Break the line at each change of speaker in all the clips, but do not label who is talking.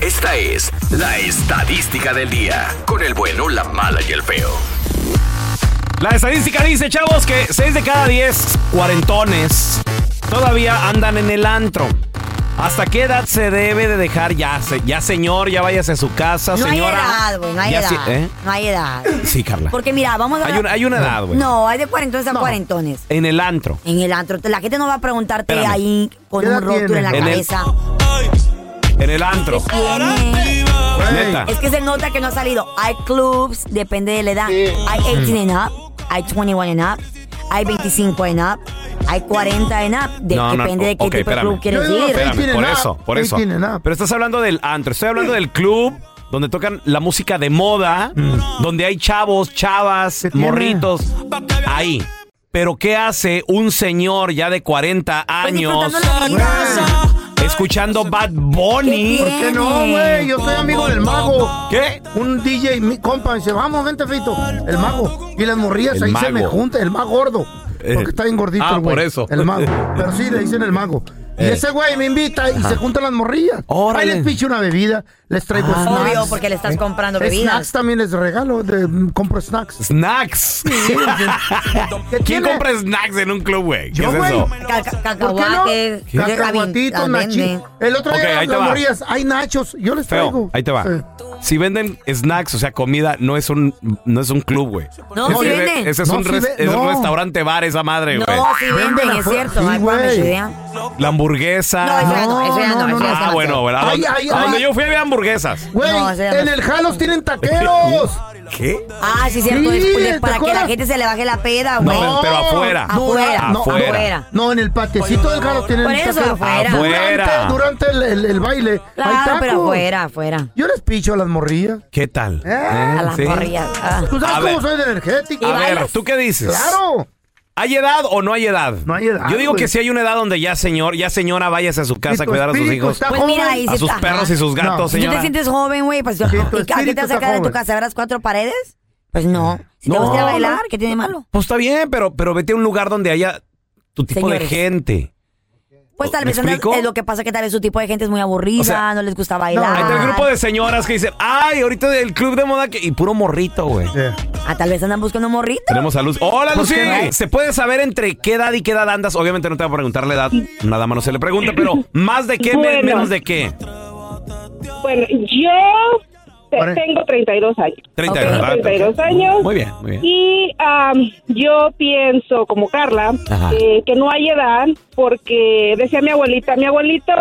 Esta es la estadística del día. Con el bueno, la mala y el feo.
La estadística dice, chavos, que 6 de cada 10 cuarentones todavía andan en el antro. ¿Hasta qué edad se debe de dejar ya? se- Ya señor, ya váyase a su casa,
No hay
señora.
edad, güey, no hay
Ya
edad.
sí- ¿eh?
No hay edad.
Sí, Carla.
Porque mira, vamos a
Hay
hablar-
una- hay una edad, güey.
No, hay de cuarentones a cuarentones.
En el antro.
En el antro, la gente no va a preguntarte
Espérame.
ahí con
¿Qué
un
edad
rótulo en la
tiene?
En el-
cabeza.
En el antro.
Tiene-
Neta.
Es que se nota que no ha salido. Hay clubs, depende de la edad. Hay 18 and up, hay 21 and up, hay 25 and up, hay 40 and up. De-
No, no,
depende de qué
ok,
tipo
espérame.
de club quieres
Yo digo,
ir.
espérame.
Espérame,
tienen
por
app,
eso, por
ahí
eso.
tienen app.
Pero estás hablando del antro, estoy hablando del club donde tocan la música de moda,
Mm.
donde hay chavos, chavas,
¿Qué tiene?
morritos, ahí. Pero ¿qué hace un señor ya de 40
Pues
años
disfrutando la vida.
escuchando Bad Bunny?
¿Qué
¿Por qué no, güey? Yo soy amigo del mago.
¿Qué?
Un DJ, mi compa, dice, vamos, vente, Fito. El mago. Y las morrillas
El
ahí se
mago.
me juntan. El más gordo.
Eh,
Porque está bien gordito
ah,
el güey.
por eso.
El mago. Pero sí, le dicen el mago.
Eh.
Y ese güey me invita y se juntan las morrillas.
Órale.
Ahí les picho una bebida, les traigo snacks.
Ah.
Eh,
Obvio, porque le estás comprando
Snacks
bebidas.
también les regalo, de- mm, compro snacks.
Snacks.
¿Qué
¿Quién
tiene?
compra snacks en un club, güey? ¿Qué
Yo,
es
güey.
eso?
Ca- ca-
¿Por qué
Cacahuates,
no?
de-
Cacahuatitos,
ah, venden.
nachos. El otro
Ok,
día
ahí te
las
va.
morrillas, hay nachos, yo les
Feo,
traigo.
ahí te va.
Sí.
Si venden snacks, o sea, comida, no es un, no es un club, güey.
No,
Ese
sí
es-
venden.
Ese es,
No,
un,
sí
res-
ve-
es un
no.
restaurante bar, esa madre, güey.
No, sí venden,
Venden
es
afuera.
cierto.
Sí,
Ay, cuando
güey.
me ayudé.
La hamburguesa.
No, eso ya no,
No,
eso ya no,
no, no,
eso ya
no.
se
Ah,
va a
bueno,
hacer.
¿verdad?
Ay, ay,
a
ay.
donde yo fui había hamburguesas.
Güey,
No, o sea,
en
no.
el Halos tienen taqueros.
¿Qué?
Ah, sí, cierto.
Sí,
es- para que
¿te
la
acuerdas?
gente se le baje la peda,
No,
güey.
pero- pero afuera.
Afuera,
no,
afuera.
No, en el patecito del Halos tienen
Por eso,
taqueros.
afuera.
Afuera.
Durante, durante el, el- el baile. hay
Claro,
tacos.
pero afuera, afuera.
Yo les picho a las morrillas.
¿Qué tal?
Eh,
A las
¿Sí?
corridas. ah.
Tú sabes
A
cómo
ver.
soy de energético.
¿Y
A ver,
bailas?
¿tú qué dices?
Claro.
¿Hay edad o no hay edad?
No hay edad,
Yo digo que
güey.
si hay una edad donde ya señor, ya señora, váyase a su
Y
casa a
tu
cuidar a sus
espíritu
hijos.
está
Pues
joven.
mira, y
A
dices,
sus
ajá.
perros y sus gatos,
No.
Si tú te
señora.
sientes joven, güey, pues
tu
¿y ¿a qué
espíritu
te vas a
está
sacar de tu
joven.
casa? ¿Verás cuatro paredes? Pues no. Si te
No,
gusta ir a
no.
bailar, ¿qué tiene de malo?
Pues está bien, pero, pero vete a un lugar donde haya tu tipo de
Señores.
gente.
Pues tal
¿Me
vez andas-
explico?
es lo que pasa que tal vez su tipo de gente es muy aburrida,
O sea,
no les gusta
Ahí
bailar.
está el grupo de señoras que dicen, ay, ahorita del club de moda que... Y puro morrito, güey.
Eh,
Ah, tal vez andan buscando morritos.
Tenemos a Luz. ¡Hola,
¿Por
Lucy!
qué no?
Se puede saber entre qué edad y qué edad andas. Obviamente no te voy a preguntar la edad. Una dama no se le pregunta, pero ¿más de qué, me-
Bueno.
menos de qué?
Bueno, yo te-
Ahora-
tengo 32 años.
30
Ok.
años. ¿verdad?
32 años.
Ah, Muy bien, muy bien.
Y am, yo pienso, como Carla,
Ajá.
eh, que no hay edad, porque decía mi abuelita, mi abuelito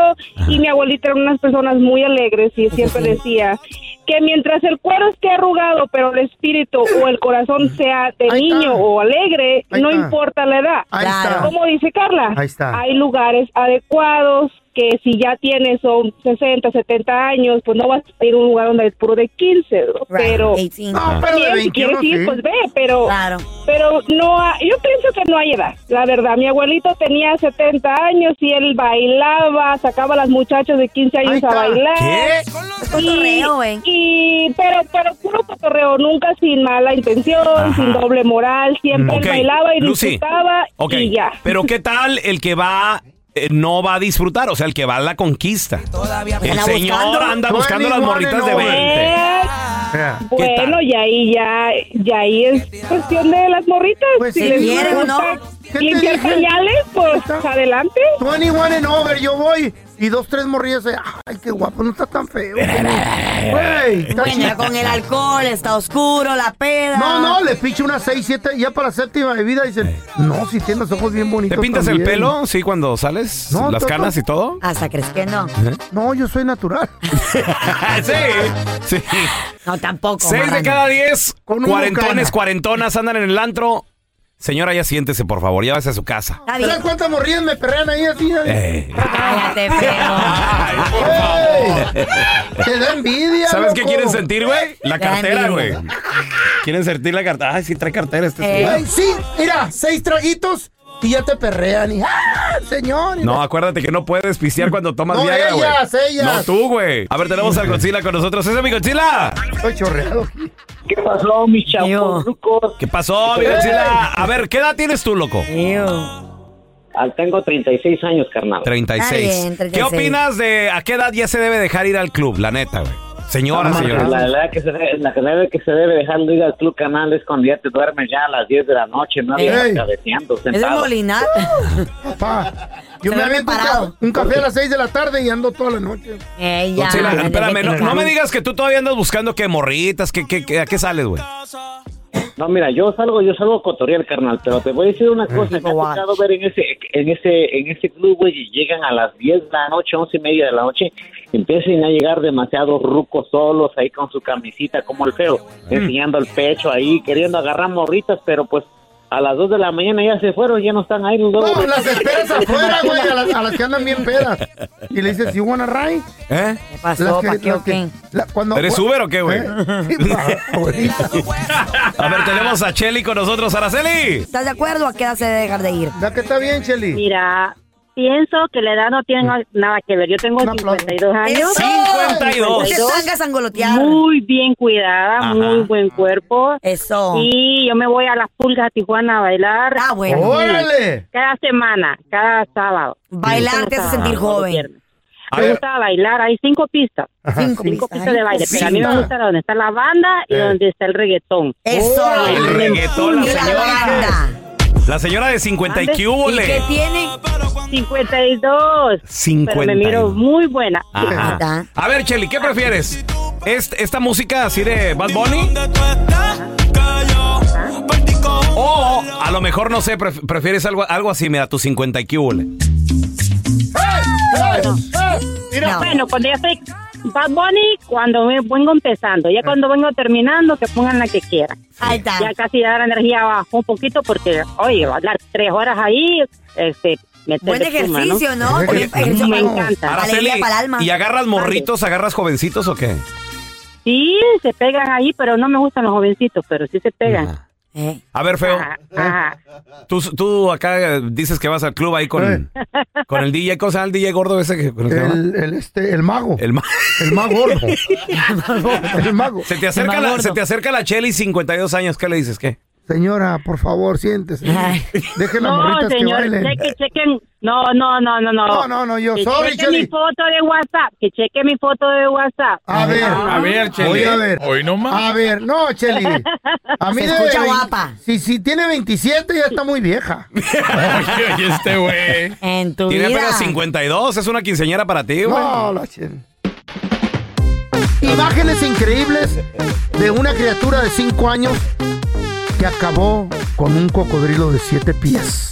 y mi abuelita eran unas personas muy alegres y siempre decía que mientras el cuero esté arrugado, pero el espíritu o el corazón sea de
Ahí está.
niño o alegre,
Ahí
no
está.
importa la edad.
Ahí
Claro.
está.
Como dice Carla,
Ahí está.
hay lugares adecuados
que si ya tienes son 60, 70 años, pues no vas a ir a un lugar donde es puro de 15, ¿no? pero
18.
No, pero de
Bien, si
21
quieres ir,
sí.
pues ve, pero,
Claro.
pero no, ha- yo pienso que no hay edad, la verdad. Mi abuelito tenía 70 años y él bailaba, sacaba a las muchachas de 15
Ahí
años a
está.
bailar.
¿Qué?
Cotorreo, güey.
y- pero, pero puro cotorreo, nunca sin mala intención,
Ajá.
sin doble moral, siempre
Ok,
él bailaba y
Lucy.
disfrutaba
Ok,
y ya.
Pero ¿qué tal el que va, eh, no va a disfrutar? O sea, el que va a la conquista. el
Anda
señor
buscando.
anda buscando las
21
morritas de
no,
20.
Eh,
Eh,
¿Qué tal?
Bueno, y ahí ya, ya ahí es cuestión de las morritas.
Pues
si
sí.
les
¿Quieren o no?
gusta
¿Qué te
limpiar
dije?
pañales, pues
Ahí está.
adelante.
21 and over, yo voy. Y dos, tres morrillas. eh, Ay, qué guapo, no está tan feo. Güey, está
Bueno, ya
chido.
con el alcohol, está oscuro, la peda.
No, no, le picho unas seis, siete. Ya para la séptima bebida dicen, no, si tiene los ojos bien bonitos.
¿Te pintas el
también".
pelo? Sí, cuando sales,
No,
las
no,
canas
no.
y todo.
Hasta crees que no.
No, yo soy natural.
sí, sí.
No, tampoco.
Seis de
marrano.
cada diez
Con un
cuarentones,
bucana.
cuarentonas andan en el antro. Señora, ya siéntese, por favor, ya váyase a su casa.
Está
¿Sabes
bien.
cuántas morrillas me perrean ahí así?
Eh.
Cállate, feo.
Güey, Te da envidia.
¿Sabes qué
loco.
quieren sentir, güey? La
Ya,
cartera,
mira.
güey. Quieren sentir la cartera. Ay, sí, trae cartera este.
Eh.
señor.
Güey, sí, mira, seis traguitos y ya te perrean. Y, ¡ah, señor! Y
No, acuérdate que no puedes pistear cuando tomas
No,
Viagra, güey.
ellas, ellas.
No tú, güey. A ver, tenemos al Godzilla con nosotros. ¿Ese es mi Godzilla?
Estoy chorreado.
¿Qué pasó, mis
Yo.
chavorrucos?
¿Qué pasó, mi Godzilla? A ver, ¿qué edad tienes tú, loco?
Ew.
Ah, tengo 36 años, carnal.
36.
Está bien, 36.
¿Qué opinas de a qué edad ya se debe dejar ir al club? La neta, güey. Señora,
No,
señora.
Ah, La edad que se debe, la edad que se debe dejar de ir al club canal es cuando ya te duermes ya a las 10 de la noche, no
Ey.
andas cabeceando,
Es el
sentado.
molinar.
Papá,
Se
yo me
duerme
aviento un,
parado.
ca- un café a las seis de la tarde y ando toda la noche.
Eh, ya.
Godzilla,
ándale,
espérame,
vete,
no,
Raúl.
no me digas que tú todavía andas buscando que morritas, que, que- que- a qué sales, güey.
No, mira, yo salgo, yo salgo a cotorrear, carnal, pero te voy a decir una cosa, me ha
Watch.
tocado ver en ese, en ese, en ese club, güey, y llegan a las 10 de la noche, 11 y media de la noche, empiecen a llegar demasiados rucos solos ahí con su camisita, como el feo, enseñando el pecho ahí, queriendo agarrar morritas, pero pues a las 2 de la mañana ya se fueron, ya no están ahí, luego,
No,
güey.
las esperas afuera, güey, a las, a las que andan bien pedas. Y le dices, ¿you wanna ride?
¿Eh?
¿Qué
Las
pasó?
que-
¿Pa' qué
las
o
que-
qué?
la- cuando-
¿Eres
cua-
Uber o qué, güey?
¿Eh? Sí, pa, abuelita.
A ver, tenemos a Chelly con nosotros, Araceli.
¿Estás de acuerdo o a qué edad se debe dejar de ir?
La que está bien, Cheli. Mm.
Mira, pienso que la edad no tiene nada que ver. Yo tengo
Un aplauso.
52 años.
¡Eso!
52.
Te sacas a angolotear.
Muy bien cuidada,
Ajá.
muy buen cuerpo.
Eso.
Y yo me voy a las pulgas a Tijuana a bailar
Ah, bueno.
¡Órale!
cada semana, cada sábado.
Bailar te hace sentir joven.
A
Me
ver,
gusta bailar, hay cinco pistas,
Cinco,
cinco
pistas.
pistas de baile, pero a mí me
Cinco.
gusta donde está la banda y
Eh.
donde está el reggaetón.
Eso.
el reggaetón, la
Y la
señora.
banda.
La señora de 50 y
¿Dónde?
qué
¿Y
húbole?
qué tiene?
52. Pero me miro
52.
muy buena.
Ajá.
Ajá.
A ver, Chelly, ¿qué prefieres? ¿Est- ¿Esta música así de Bad Bunny? O a lo mejor, no sé, pref- prefieres algo, algo así, mira, tu 50 y qué húbole.
eh,
No.
Bueno, cuando ya estoy Bad Bunny, cuando me vengo empezando,
Eh.
ya cuando vengo terminando, que pongan la que quieran.
Ahí está.
Ya casi ya la energía bajó un poquito porque, oye, bailar tres horas ahí, este,
Buen
meterle pluma, ¿no?
ejercicio, ¿no?
Oye,
Oye, ejercicio
me
para-
encanta.
Alegría
Araceli,
para el alma.
¿y agarras morritos, agarras jovencitos o qué?
Sí, se pegan ahí, pero no me gustan los jovencitos, pero sí se pegan.
Ajá.
Eh.
A ver, Feo,
Ajá,
Ah,
ajá.
eh,
tú, tú acá eh, dices que vas al club ahí con,
Eh.
con el DJ, ¿cómo se llama el DJ gordo ese? Que, con el, que se llama?
El, el, este, el mago.
El ma-
El más gordo. El mago.
se te acerca la, se te acerca la Chelly, 52 años, ¿qué le dices? ¿Qué?
Señora, por favor, siéntese.
Ay.
Dejen las
No,
morritas que
señor,
bailen.
chequen, chequen. No, no, no, no, no.
No, no, no, yo,
Que
sorry,
chequen mi
Cheli.
foto de WhatsApp, que chequen mi foto de WhatsApp.
A ver,
A
ver, Cheli. Voy a ver. Hoy nomás. A ver, no, Cheli. A mí
Se
debe
escucha
vein-
guapa.
Si, si tiene 27, ya está muy vieja.
En tu
este Tiene
vida.
apenas 52, es una quinceañera para ti, güey.
No, la Cheli. Imágenes increíbles de una criatura de 5 años que acabó con un cocodrilo de 7 pies.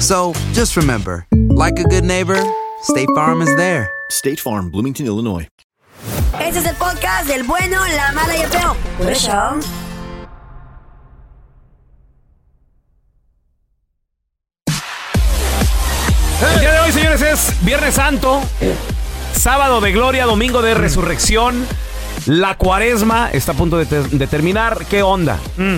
So just remember, like a good neighbor, State Farm is there. State Farm, Bloomington, Illinois.
Este es el podcast del bueno, la mala y el feo. Por eso.
El día de hoy, señores, es Viernes Santo, sábado de gloria, domingo de resurrección. La cuaresma está a punto de, ter- de terminar. ¿Qué onda? Mm.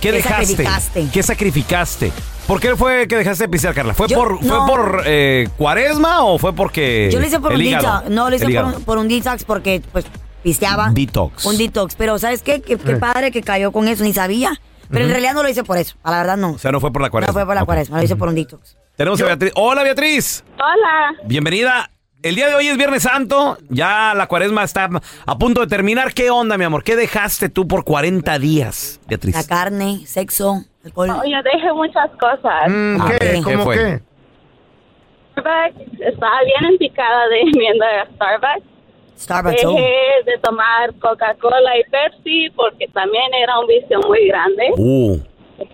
¿Qué,
¿Qué
dejaste?
sacrificaste?
¿Qué sacrificaste? ¿Por qué fue que dejaste de pistear, Carla? ¿Fue
Yo-
por,
no.
fue por eh, cuaresma o fue porque.
Yo lo hice por
el
un
hígado?
detox. No, lo hice
El
por
hígado.
un, por un detox porque, pues, pisteaba.
Detox.
Un detox. Pero, ¿sabes qué? Qué, qué
Eh.
padre que cayó con eso, ni sabía. Pero en
Ujú.
realidad no lo hice por eso. A la verdad, no.
O sea, no fue por la cuaresma.
No fue por la
Ok.
cuaresma, lo hice por un detox.
Tenemos a Beatriz. Hola, Beatriz.
Hola.
Bienvenida. El día de hoy es Viernes Santo. Ya la cuaresma está a punto de terminar. ¿Qué onda, mi amor? ¿Qué dejaste tú por 40 días, Beatriz?
La carne, sexo, alcohol. Ah,
No, yo dejé muchas cosas.
¿Cómo Mm, ¿qué? qué? ¿Cómo ¿Qué fue? qué?
Starbucks, estaba bien empicada de viendo a Starbucks.
Starbucks, oh.
Dejé de tomar Coca-Cola y Pepsi porque también era un vicio muy grande.
Uh.
Oh,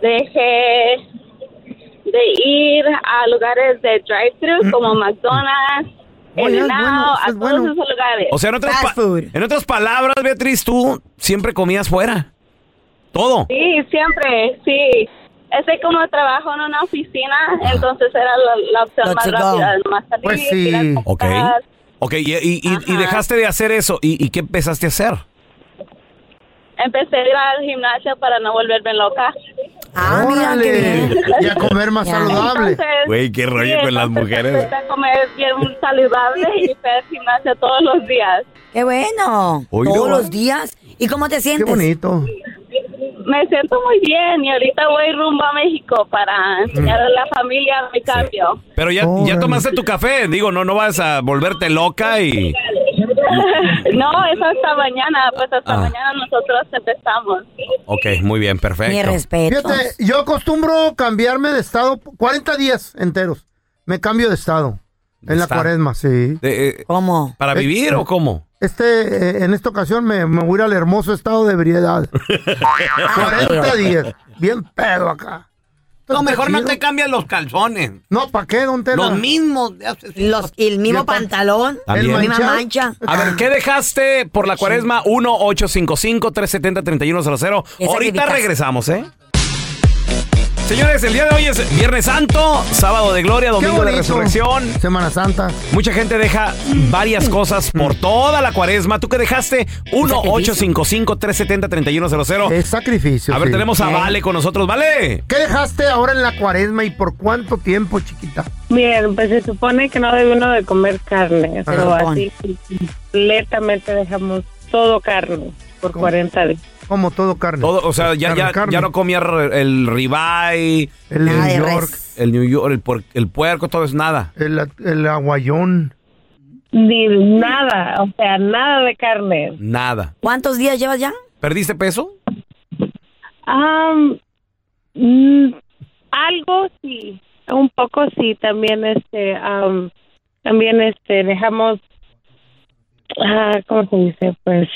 Dejé de ir a lugares de
Mm.
drive-thru como McDonald's,
Oh, ya, es
In-N-Out,
bueno, eso
a
es
todos
bueno.
esos lugares.
O sea, en otras, pa- en otras palabras, Beatriz, tú siempre comías fuera. Todo.
Sí, siempre, sí. Ese como trabajo en una oficina,
Ah.
entonces era la, la opción
Let's
más
go. Pues
rápida, más salir,
Pues
ir a
Ok.
comprar.
Ok, y, y- y- y dejaste de hacer eso. ¿Y, y qué empezaste a hacer?
Empecé a ir al gimnasio para no volverme loca.
Ah, mira,
Órale.
qué bien.
Y a comer más saludable.
Entonces,
Güey, qué rollo
sí,
con las mujeres.
Intenta comer bien saludable y hacer gimnasia todos los días.
Qué bueno.
Oílo.
Todos los días. ¿Y cómo te sientes?
bonito.
Me siento muy bien y ahorita voy rumbo a México para enseñar a la familia mi cambio.
Pero ya, ya tomaste tu café. Digo, no, no vas a volverte loca y.
no, es hasta mañana, pues hasta
Ah.
mañana nosotros empezamos.
Ok, muy bien, perfecto.
Fíjate, yo acostumbro cambiarme de estado 40 días enteros. Me cambio de estado. En la
Está-
cuaresma, sí.
Eh, eh,
¿Cómo?
¿Para
Eh,
vivir o cómo?
Este, eh, en esta ocasión me, me voy a ir al hermoso estado de ebriedad. 40 días. Bien pedo acá.
No, mejor no
chido.
te cambian los calzones.
No, ¿para qué, don Tela?
Los mismos. de hace-
Los, y el mismo pantalón,
También.
la misma mancha.
A ver, ¿qué dejaste por la cuaresma? 1-855-370-3100.
¿Qué
Ahorita
sacrificaste?
regresamos, ¿eh? Señores, el día de hoy es Viernes Santo, sábado de gloria,
Qué
domingo de
bonito.
resurrección.
Semana Santa.
Mucha gente deja varias cosas por toda la cuaresma. ¿Tú qué dejaste? 1-855-370-3100.
Es sacrificio.
A ver,
sí.
tenemos a Vale con nosotros. Vale.
¿Qué dejaste ahora en la cuaresma y por cuánto tiempo, chiquita?
Bien, pues se supone que no debe uno de comer carne, pero
Ajá.
así completamente dejamos todo carne por 40 días.
Como todo carne.
Todo, o sea, ya,
Carne,
ya,
carne.
ya no comía re- el ribeye,
El Nada New de York.
el New York, el, puer- el puerco, todo es nada.
El, el aguayón.
Ni nada, o sea, nada de carne.
Nada.
¿Cuántos días llevas ya?
¿Perdiste peso?
Am, mm, algo sí, un poco sí, también este, am, también este, dejamos, ah, ¿cómo se dice? Pues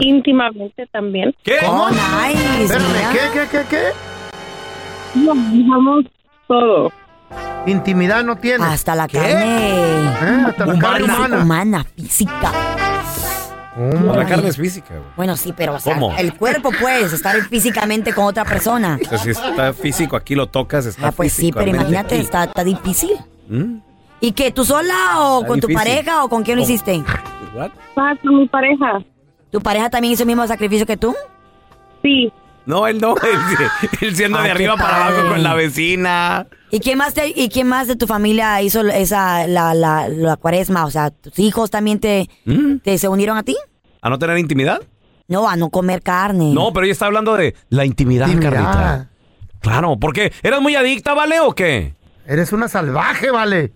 íntimamente también.
¿Qué?
¿Qué, qué, qué, qué?
No, dejamos todo.
Intimidad no tiene. Eh,
Hasta la carne.
Ah,
hasta la
humana,
carne humana.
humana, física.
Pues La carne es física. güey.
Bueno, sí, pero o sea,
¿Cómo?
el cuerpo puedes estar físicamente con otra persona.
O sea, si está físico, aquí lo tocas, está
Ah, pues sí, pero
físicamente
imagínate,
aquí.
está, está difícil.
¿Mm?
¿Y qué? ¿Tú sola o
Está
con tu
difícil.
pareja o con quién lo
Con-
hiciste?
Ah, con mi pareja.
¿Tu pareja también hizo el mismo sacrificio que tú?
Sí.
No, él no, él, él siendo
Ah,
de
qué
arriba para
padre.
abajo con la vecina.
¿Y quién más, te- y quién más de tu familia hizo esa, la, la, la cuaresma? O sea, ¿tus hijos también te,
¿Mm?
te se unieron a ti?
¿A no tener intimidad?
No, a no comer carne.
No, pero ella está hablando de la intimidad, Carlita. Claro, porque eras muy adicta, ¿vale o qué?
Eres una salvaje, vale.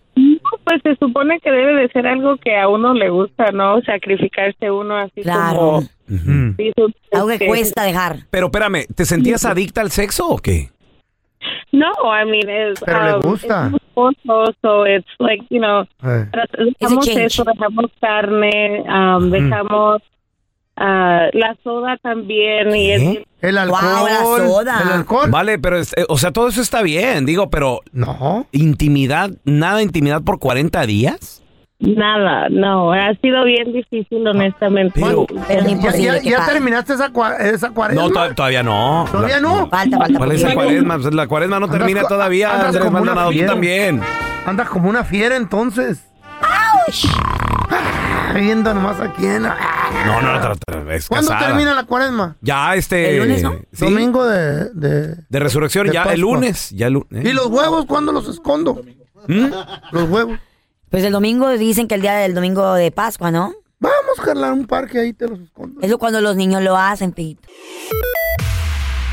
Pues se supone que debe de ser algo que a uno le gusta, ¿no? Sacrificarse uno así
Claro.
como...
Mm.
Dice usted
Algo que cuesta dejar.
Pero espérame, ¿te sentías adicta al sexo o qué?
No, I mean, es... um,
Pero le gusta.
Es gustoso, so it's like, you know,
Eh.
tras- dejamos
change.
eso, dejamos carne, um,
Ujú.
dejamos ah, la soda también y es...
¿Eh? El
alcohol, el alcohol.
Vale, pero, es- eh, o sea, todo eso está bien, digo, pero...
No.
¿Intimidad? ¿Nada de intimidad por 40 días?
Nada, no, ha sido bien difícil, honestamente.
Pero-
¿Ya, ya- ya terminaste esa, cua- esa cuaresma?
No, to- todavía no.
¿Todavía
La-
no?
Falta,
¿Cuál es la cuaresma? Pues La cuaresma no
Andas
termina
co-
todavía,
andas
Andrés
como una
Maldonado, tú
fiera.
también.
Andas como una fiera entonces. Ah, Viendo nomás a quién. Ah,
No, no, no, no, no, es
¿Cuándo
casada.
termina la cuaresma?
Ya, este... sí,
Domingo de, de-
De resurrección,
de
ya el
Pascua.
lunes. Ya el, lu- ¿eh? ¿Mm?
¿Y los huevos cuándo los escondo? Los huevos.
Pues el domingo dicen que el día del domingo de Pascua, ¿no?
Vamos, Carla, a un parque ahí te los escondo.
Eso cuando los niños lo hacen, Pito.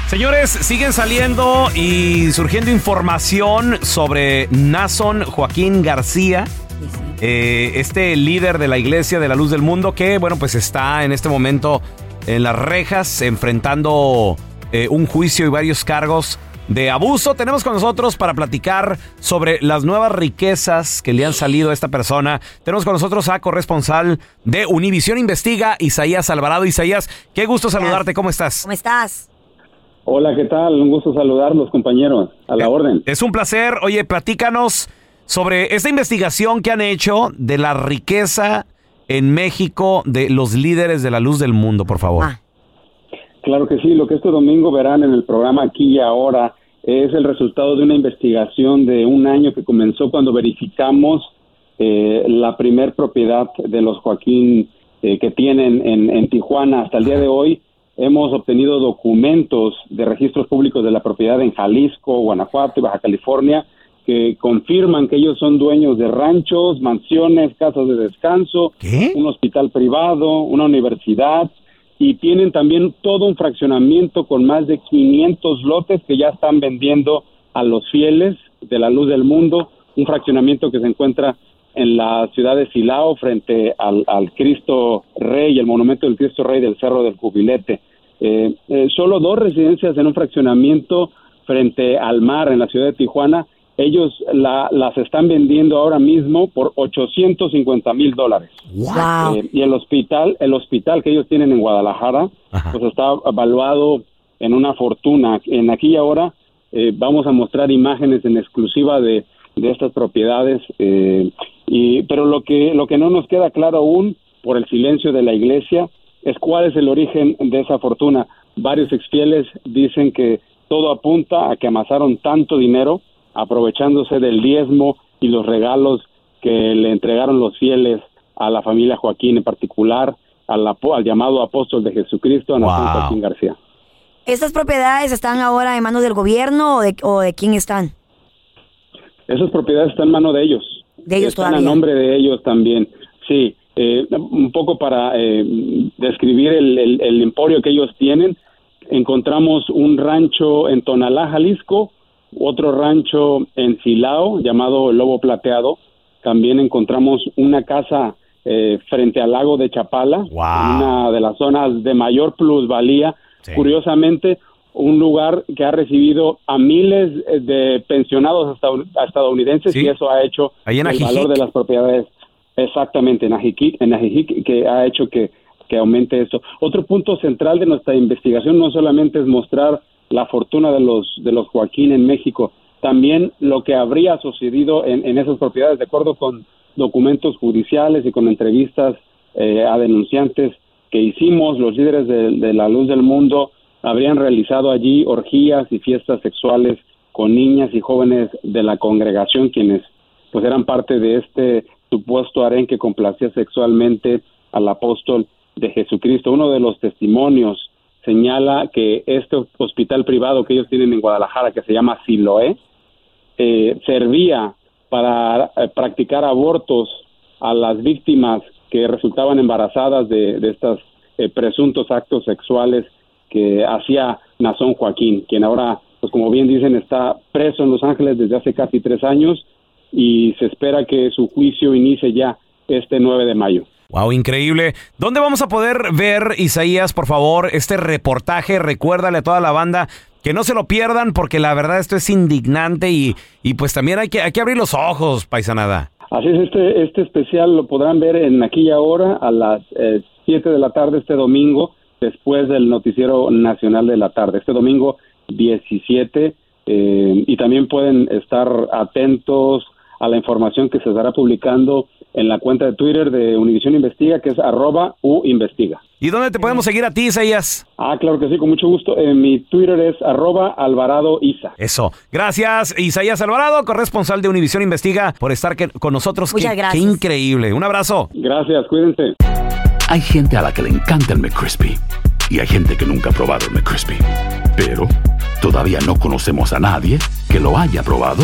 Señores, siguen saliendo y surgiendo información sobre Nason Joaquín García, eh, este líder de la Iglesia de la Luz del Mundo, que, bueno, pues está en este momento en las rejas enfrentando eh, un juicio y varios cargos de abuso. Tenemos con nosotros para platicar sobre las nuevas riquezas que le han salido a esta persona. Tenemos con nosotros a corresponsal de Univisión Investiga, Isaías Alvarado. Isaías, qué gusto saludarte, ¿cómo estás?
¿Cómo estás?
Hola, ¿qué tal? Un gusto saludarlos, compañeros. A la orden.
Es un placer. Oye, platícanos sobre esta investigación que han hecho de la riqueza en México de los líderes de la luz del mundo, por favor.
Claro que sí, lo que este domingo verán en el programa Aquí y Ahora es el resultado de una investigación de un año que comenzó cuando verificamos eh, la primer propiedad de los Joaquín eh, que tienen en, en Tijuana hasta el día de hoy. hemos obtenido documentos de registros públicos de la propiedad en Jalisco, Guanajuato y Baja California que confirman que ellos son dueños de ranchos, mansiones, casas de descanso, un hospital privado, una universidad y tienen también todo un fraccionamiento con más de 500 lotes que ya están vendiendo a los fieles de la luz del mundo, un fraccionamiento que se encuentra en la ciudad de Silao frente al, al Cristo Rey, el monumento del Cristo Rey del Cerro del Cubilete. Eh, eh, solo dos residencias en un fraccionamiento frente al mar en la ciudad de Tijuana, ellos la- las están vendiendo ahora mismo por 850 mil dólares.
Wow.
Eh, y el hospital, el hospital que ellos tienen en Guadalajara, pues está evaluado en una fortuna. En aquí y ahora eh, vamos a mostrar imágenes en exclusiva de, de estas propiedades. eh, y, pero lo que, lo que no nos queda claro aún por el silencio de la iglesia es cuál es el origen de esa fortuna. Varios exfieles dicen que todo apunta a que amasaron tanto dinero aprovechándose del diezmo y los regalos que le entregaron los fieles a la familia Joaquín en particular, al, apo- al llamado apóstol de Jesucristo, a Natán
Wow.
Joaquín García.
¿Estas propiedades están ahora en manos del gobierno o de, o de quién están?
Esas propiedades están en mano de ellos.
De ellos
están
todavía.
a nombre de ellos también. Sí, eh, un poco para eh, describir el, el- el emporio que ellos tienen, encontramos un rancho en Tonalá, Jalisco, otro rancho en Silao llamado Lobo Plateado, también encontramos una casa eh, frente al lago de Chapala, una de las zonas de mayor plusvalía. Curiosamente, un lugar que ha recibido a miles eh, de pensionados estadou- estadounidenses y eso ha hecho
Ahí en
el
Ajijic.
valor de las propiedades exactamente en Ajijic, en Ajijic, que ha hecho que, que aumente esto. Otro punto central de nuestra investigación no solamente es mostrar la fortuna de los, de los Joaquín en México, también lo que habría sucedido en, en esas propiedades, de acuerdo con documentos judiciales y con entrevistas eh, a denunciantes que hicimos, los líderes de, de la luz del mundo habrían realizado allí orgías y fiestas sexuales con niñas y jóvenes de la congregación, quienes pues eran parte de este supuesto harén que complacía sexualmente al apóstol de Jesucristo. Uno de los testimonios señala que este hospital privado que ellos tienen en Guadalajara, que se llama Siloé, eh, servía para eh, practicar abortos a las víctimas que resultaban embarazadas de, de estos eh, presuntos actos sexuales que hacía Nazón Joaquín, quien ahora, pues como bien dicen, está preso en Los Ángeles desde hace casi tres años y se espera que su juicio inicie ya este 9 de mayo.
Wow, increíble. ¿Dónde vamos a poder ver, Isaías, por favor, este reportaje? Recuérdale a toda la banda que no se lo pierdan porque la verdad esto es indignante y, y pues también hay que, hay que abrir los ojos, paisanada.
Así es, este, este especial lo podrán ver en aquí y ahora a las 7 de la tarde este domingo, después del noticiero nacional de la tarde, este domingo 17. eh, y también pueden estar atentos a la información que se estará publicando en la cuenta de Twitter de Univisión Investiga, que es arroba uinvestiga.
¿Y dónde te podemos seguir a ti, Isaías?
Ah, claro que sí, con mucho gusto. Eh, mi Twitter es arroba alvarado isa.
Eso. Gracias, Isaías Alvarado, corresponsal de Univisión Investiga, por estar que- con nosotros.
Muchas
Qué- qué
gracias.
increíble. Un abrazo.
Gracias, cuídense.
Hay gente a la que le encanta el McCrispy y hay gente que nunca ha probado el McCrispy. Pero todavía no conocemos a nadie que lo haya probado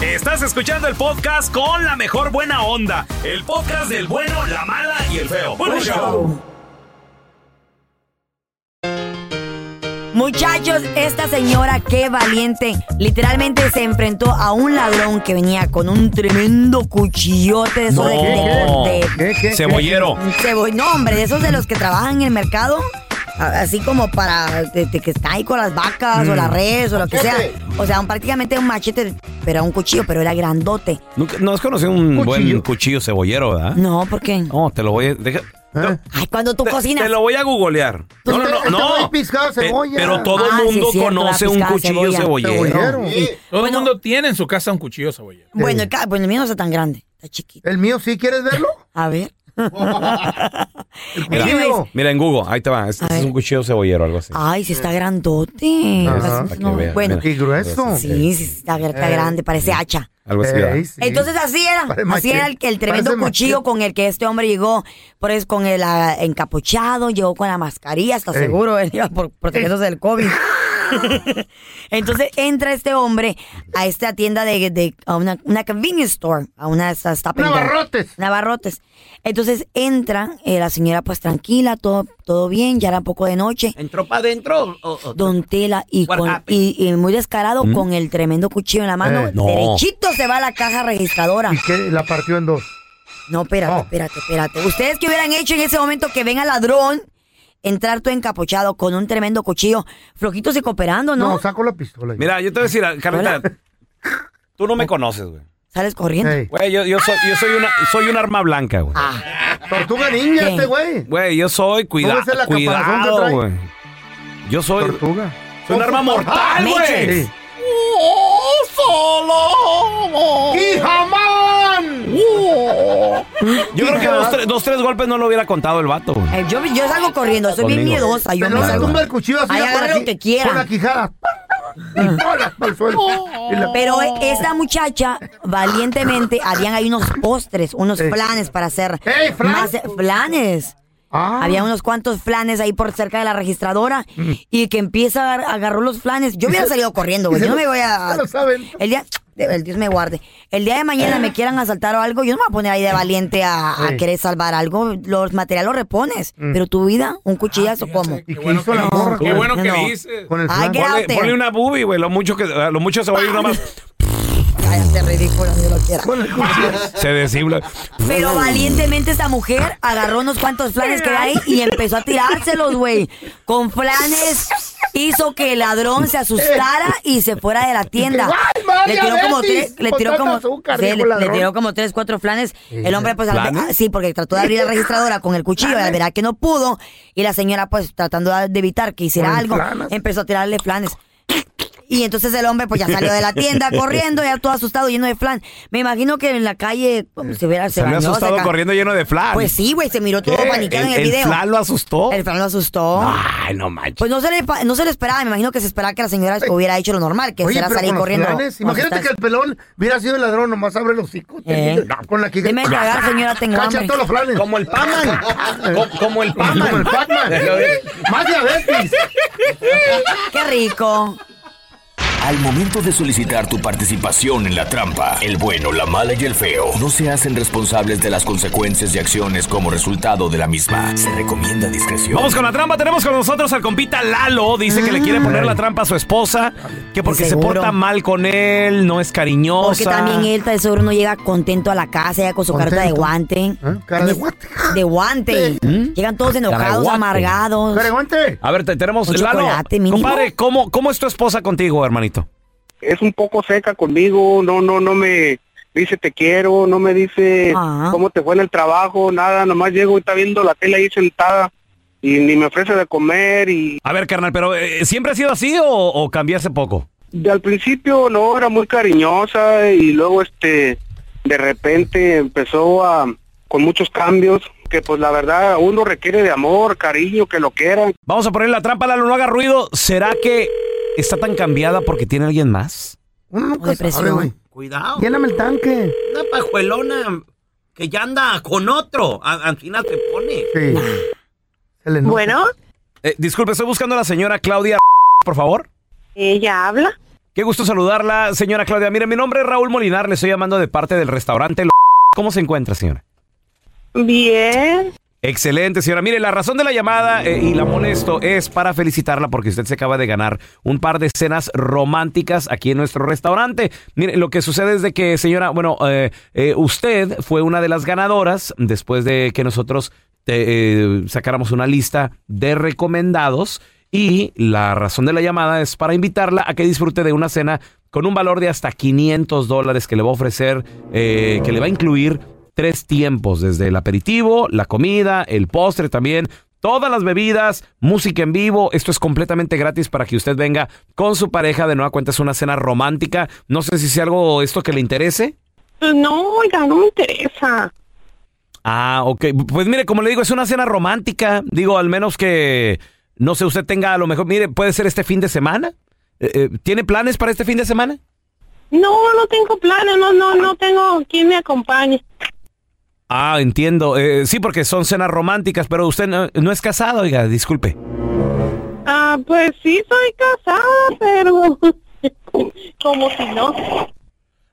Estás escuchando el podcast con la mejor buena onda. El podcast del bueno, la mala y el feo.
Buen show.
Muchachos, esta señora qué valiente. Literalmente se enfrentó a un ladrón que venía con un tremendo cuchillote de esos de- de- de-
Cebollero.
un cebo- no, hombre, de esos de los que trabajan en el mercado. a- Así como para de- de que está ahí con las vacas o
Mm.
las redes o lo que sea.
Machete.
O sea, un- prácticamente un machete, pero un cuchillo, pero era grandote.
Nunca- no has conocido un
Cuchillo.
buen cuchillo cebollero, ¿verdad?
No, ¿por qué? ¿Eh?
No, te lo voy a. deja- no,
Ay, cuando tú cocinas.
te lo voy a googlear. No, no, no. no. Pe- pero todo el
Ah, sí,
mundo
es cierto, la
conoce un
pizcada de
cuchillo
cebolla.
cebollero.
Sí.
Todo el mundo tiene en su casa un cuchillo cebollero.
Bueno, el, ca- bueno, el mío no está tan grande, está chiquito.
¿El mío sí quieres verlo?
A ver.
Mira,
cuchillo.
mira, en Google, ahí te va. Este, es un cuchillo cebollero, algo así.
Ay, sí está grandote.
Mm. Ajá.
Pues,
Para que
no,
vean,
bueno.
mira. Qué grueso.
Sí, sí, está, está
Eh.
grande, parece hacha.
Algo así. ¿verdad?
Entonces así era,
Parece
así
machete.
era el, el tremendo
Parece
cuchillo
machete.
con el que este hombre llegó, por eso con el ah, encapuchado, llegó con la mascarilla, hasta
Ey.
seguro él iba por protegerse del COVID. Entonces entra este hombre a esta tienda de, de- a una, una convenience store, a una de esas stop and go.
Navarrotes.
Navarrotes. Entonces entra eh, la señora pues tranquila, todo, todo bien, ya era un poco de noche.
¿Entró para adentro? o- o-
Don Tela y,
What
con-
happened?
y, y muy descarado
¿Mm?
con el tremendo cuchillo en la mano.
Eh, no.
Derechito se va a la caja registradora.
¿Y qué? La partió en dos.
No, espérate, espérate, espérate. ¿Ustedes qué hubieran hecho en ese momento que ven al ladrón entrar tú encapuchado con un tremendo cuchillo? Flojitos y cooperando, ¿no?
No, saco la pistola.
Mira, yo te voy a decir, Carlita, tú no me conoces, güey.
Sales corriendo.
Güey, yo, yo soy, yo soy una, soy un arma blanca, güey.
Tortuga ninja este güey.
Güey, yo soy, cuida,
¿No ves el caparazón que
cuidado,
trae?
güey. Yo soy. Tortuga. Soy un arma mortal,
Matrix.
güey.
¡Oh, solo!
¡Y jamán!
Yo creo que dos tres, dos, tres golpes no lo hubiera contado el vato, güey.
Eh, yo, yo salgo corriendo, soy bien
Conmigo.
miedosa. Yo
Pero
me
no le
salgo.
tumba
el cuchillo así,
Ahí
ya con
agarra
la
lo
qui-
que quiera.
con la quijada.
Pero esta muchacha valientemente habían ahí unos postres, unos flanes para hacer más eh, flanes.
Ah.
Había unos cuantos flanes ahí por cerca de la registradora y que empieza a agar- agarró los flanes. Yo hubiera salido corriendo, güey.
Mm. Y se
Yo no
lo-
me voy a.
se lo
El día. de- El Dios me guarde. El día de mañana me quieran asaltar o algo, yo no me voy a poner ahí de valiente a, a
Sí. Mm.
querer salvar algo. Los materiales los repones, pero tu vida, un cuchillazo, ¿cómo?
hizo la morra?
Qué bueno que
no.
dices.
Con el Ay, flan. get out
ponle,
there.
ponle una boobie, güey. Lo mucho que, lo mucho se va a ir una más.
Cállate, ridículo, ni lo quiera.
Se desinfla.
Pero valientemente esta mujer agarró unos cuantos flanes que hay y empezó a tirárselos, güey. Con flanes hizo que el ladrón se asustara y se fuera de la tienda.
¡Ay, madre,
Le tiró como
diabetes!
tres, le
Con
tiró
tanto
como,
azúcar,
sí,
dijo
le,
el
le
ladrón.
tiró como tres, cuatro flanes. El hombre pues, al-
¿Flanes?
ah, sí, porque trató de abrir la registradora con el cuchillo, al verá que no pudo y la señora pues tratando de evitar que hiciera
Con
algo,
flanas.
empezó a tirarle flanes. Y entonces el hombre pues ya salió de la tienda corriendo, ya todo asustado, lleno de flan. Me imagino que en la calle como si hubiera
Se me ha
bañó,
asustado
ca-
corriendo lleno de flan.
Pues sí, güey, se miró todo
¿Qué?
paniqueado en el,
¿El- el
video.
flan lo asustó?
El flan lo asustó.
Ay, no manches.
Pues no se, le, pa- no se le esperaba, me imagino que se esperaba que la señora hubiera hecho lo normal, que
Oye,
fuera a
pero
salir
con los
corriendo.
flanes, imagínate que el pelón hubiera sido el ladrón, nomás abre los hocico. te-
Eh.
no, Con la quijada.
Deme de tragar, señora, tengo
Cacha
hambre.
todos los flanes.
Como el Pac-Man.
Co-
Como el Pac-Man.
Como el Pac-Man. Más diabetes.
Qué rico.
Al momento de solicitar tu participación en la trampa, el bueno, la mala y el feo no se hacen responsables de las consecuencias y acciones como resultado de la misma. Se recomienda discreción.
Vamos con la trampa. Tenemos con nosotros al compita Lalo. Dice que le quiere poner la trampa a su esposa. Que porque se
Seguro.
porta mal con él, no es cariñosa.
Porque también él de seguro no llega contento a la casa, ya con su carta de
¿Contento?
¿Eh?
guante. de guante. De guante. Llegan todos
Cara de
enojados,
guante.
amargados.
Cara de Mm. A ver, te- tenemos
Un
Lalo.
chocolate mínimo.
Compadre, ¿cómo, ¿cómo es tu esposa contigo, hermanito?
es un poco seca conmigo, no, no, no me dice te quiero, no me dice
Ah.
cómo te fue en el trabajo, nada, nomás llego y está viendo la tele ahí sentada y ni me ofrece de comer y
A ver, carnal, pero eh, ¿siempre ha sido así o, o cambiarse poco?
de al principio no era muy cariñosa y luego este de repente empezó a con muchos cambios que pues la verdad uno requiere de amor, cariño, que lo quieran.
Vamos a poner la trampa, Lalo, no haga ruido. ¿Será que está tan cambiada porque tiene alguien más?
Uno nunca sabe,
Depresión.
güey.
Cuidado.
Lléname el tanque.
Una pajuelona que ya anda con otro. A- Ancina te pone.
Bueno. Eh, disculpe, estoy buscando a la señora Claudia, por favor.
Ella habla.
Qué gusto saludarla, señora Claudia. Mire, mi nombre es Raúl Molinar, le estoy llamando de parte del restaurante. Lo- ¿Cómo se encuentra, señora?
Bien.
Excelente, señora. Mire, la razón de la llamada eh, y la molesto es para felicitarla porque usted se acaba de ganar un par de cenas románticas aquí en nuestro restaurante. Mire, lo que sucede es de que, señora, bueno, eh, eh, usted fue una de las ganadoras después de que nosotros te, eh, sacáramos una lista de recomendados y la razón de la llamada es para invitarla a que disfrute de una cena con un valor de hasta 500 dólares que le va a ofrecer, eh, que le va a incluir tres tiempos, desde el aperitivo, la comida, el postre también. Todas las bebidas, música en vivo, esto es completamente gratis para que usted venga con su pareja. De nueva cuenta es una cena romántica. No sé si es algo esto que le interese.
Pues No, oiga, no me interesa.
Ah, ok. Pues mire, como le digo, es una cena romántica. Digo, al menos que, no sé, usted tenga a lo mejor, mire, puede ser este fin de semana. Eh, eh, ¿Tiene planes para este fin de semana?
No, no tengo planes, no, no, no tengo quien me acompañe.
Ah, entiendo. Eh, sí, porque son cenas románticas, pero usted no, no es casado, oiga, disculpe.
Ah, pues sí, soy casada, pero como si no.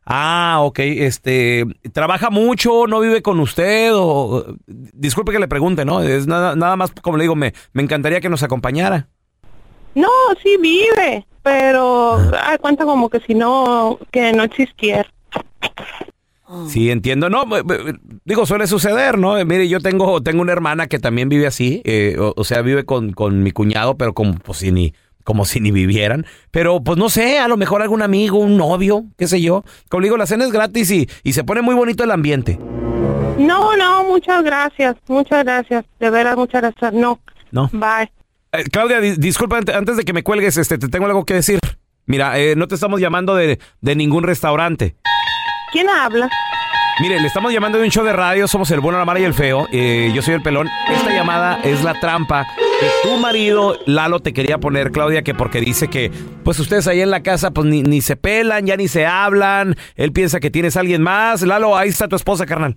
Ah, ok. Este, ¿trabaja mucho? ¿No vive con usted? O, disculpe que le pregunte, ¿no? Es nada, nada más, como le digo, me, me encantaría que nos acompañara.
No, sí vive, pero ay, cuenta como que si no, que no existiera.
Sí, entiendo. No, b- b- digo, suele suceder, ¿no? Eh, Mire, yo tengo, tengo una hermana que también vive así, eh, o, o sea, vive con, con mi cuñado, pero como pues, si ni, como si ni vivieran. Pero, pues no sé, a lo mejor algún amigo, un novio, qué sé yo. Como le digo, la cena es gratis y, y se pone muy bonito el ambiente.
No, no, muchas gracias, muchas gracias, de veras, muchas gracias. No,
No.
bye.
Eh, Claudia, di- disculpa, ante- antes de que me cuelgues, este, te tengo algo que decir. Mira, eh, no te estamos llamando de, de ningún restaurante.
¿Quién habla?
Mire, le estamos llamando de un show de radio, somos el bueno, la mala y el feo. Eh, yo soy el pelón. Esta llamada es la trampa que tu marido, Lalo, te quería poner, Claudia, que porque dice que, pues ustedes ahí en la casa, pues ni, ni se pelan, ya ni se hablan. Él piensa que tienes a alguien más. Lalo, ahí está tu esposa, carnal.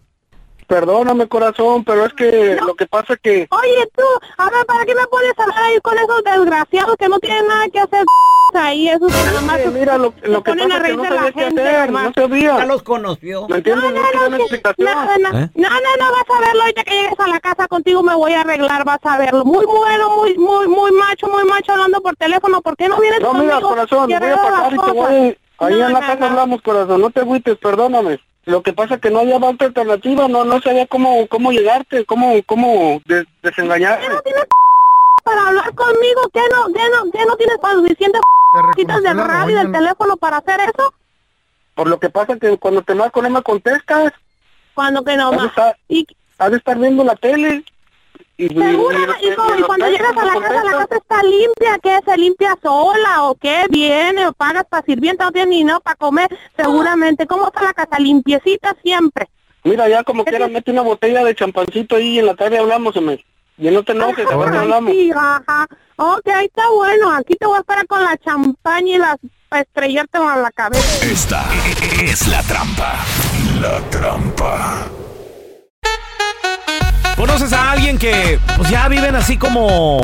Perdóname, corazón, pero es que lo que pasa es que...
Oye, tú, ahora para qué me pones a hablar ahí con esos desgraciados que no tienen nada que hacer ahí, esos que nomás mira, lo,
lo que
ponen
pasa
a
es que
reír
no
de la
sabías qué
gente,
hacer,
hermano.
no sabías. Ya los
conoció.
¿Me entiendes? No, te dan explicación.
No, no, no,
¿Eh?
no, no, no, vas a verlo ahorita que llegues a la casa contigo me voy a arreglar, vas a verlo. Muy bueno, muy, muy, muy macho, muy macho hablando por teléfono, ¿por qué no vienes
No, mira,
conmigo
corazón, voy
y
a
arreglas
pasar y
las
te
cosas?
voy... Ahí
No,
en la
no,
casa
no.
hablamos, corazón, no te agüites, perdóname. Lo que pasa es que no había otra alternativa, no, no sabía cómo, cómo llegarte, cómo, cómo des- desengañarte.
para hablar conmigo, ¿qué no, qué no, qué no tienes para suficiente quitas del radio y del teléfono para hacer eso?
Por lo que pasa es que cuando te marco no me contestas.
Cuando que no
más. Has de estar viendo la tele. Y, y- Pues, y-
Segura,
y-
y, como-
y-
y cuando
y-
llegas a la casa, la casa está limpia, que se limpia sola o qué viene, o pagas para sirvienta, no tienes ni nada para comer, seguramente. ¿Cómo está la casa? Limpiecita siempre.
Mira, ya como quieras, mete una botella de champancito ahí y en la tarde hablamos, hombre. Ya no te enojes,
Ajá,
ahora
ay,
hablamos.
Ah, sí, ajá. Ok, ahí está bueno. Aquí te voy a esperar con la champaña y las para estrellarte con la cabeza.
Esta es la trampa. La trampa.
¿Conoces a alguien que pues ya viven así como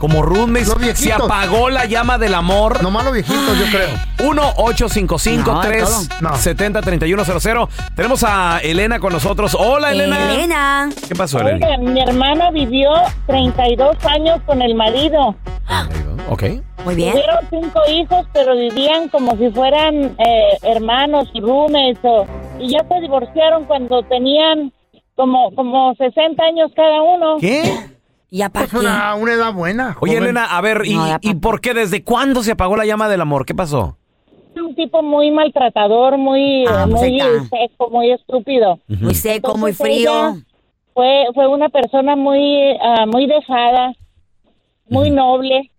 como roommates? Se
viejitos.
apagó la llama del amor. Nomás los viejitos, yo creo. 1 855 370 3100 Tenemos a Elena con nosotros. Hola, Elena.
Elena.
¿Qué pasó, Elena?
Mi hermana vivió 32 años con el marido.
Ok.
Muy
Tuvieron cinco hijos, pero vivían como si fueran eh, hermanos, roommates, o- y ya se divorciaron cuando tenían como, como 60 años cada uno.
¿Qué?
Ya
Es una, una edad buena.
Oye,
joven.
Elena, a ver, ¿y, y por qué? ¿Desde cuándo se apagó la llama del amor? ¿Qué pasó?
Un tipo muy maltratador, muy, eh,
pues ahí
muy
está.
seco, muy estúpido.
Muy seco, muy frío.
ella Fue, fue una persona muy, ah, muy dejada, muy noble,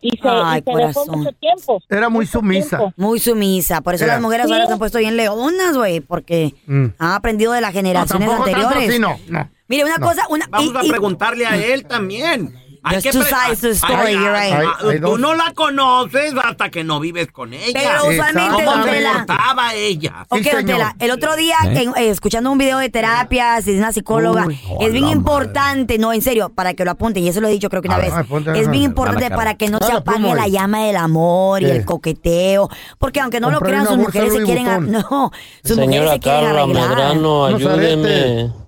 y se, y
Ay,
se dejó
corazón.
mucho tiempo.
Era muy sumisa.
Muy sumisa. Por eso
Era.
las mujeres ahora se han puesto bien leonas, güey, porque
Mm.
han aprendido de las generaciones
Tampoco tanto
anteriores.
así, no, no.
Mire, una
No.
cosa, una.
Vamos a
y- y-
preguntarle a él también. Hay
There's two
pre-
sides to the story,
Ay, ay,
you're
ay,
right. Hay- hay
Tú
dos.
no la conoces hasta que no vives con ella.
Pero usualmente,
¿Cómo
don
se
Tela?
portaba ella?
Ok, don Tela, el otro día,
¿Eh?
en- eh, escuchando un video de terapias de una psicóloga,
Uy,
es bien importante, no, en serio, para que lo apunten, y eso lo he dicho creo que una
A
vez,
ver, apunta,
es bien
ajá.
importante
Mala
para
cara.
que no
Ah,
se
la
apague
pluma
la
ahí.
llama del amor y
Sí.
el coqueteo, porque aunque no lo
Compré
crean,
una
sus
bolsa
mujeres se
Louis
quieren, ar-
Vuitton.
no, sus mujeres
Señora
se quieren
Carla
este.
arreglar.
Medrano,
Unos aretes.
ayúdeme.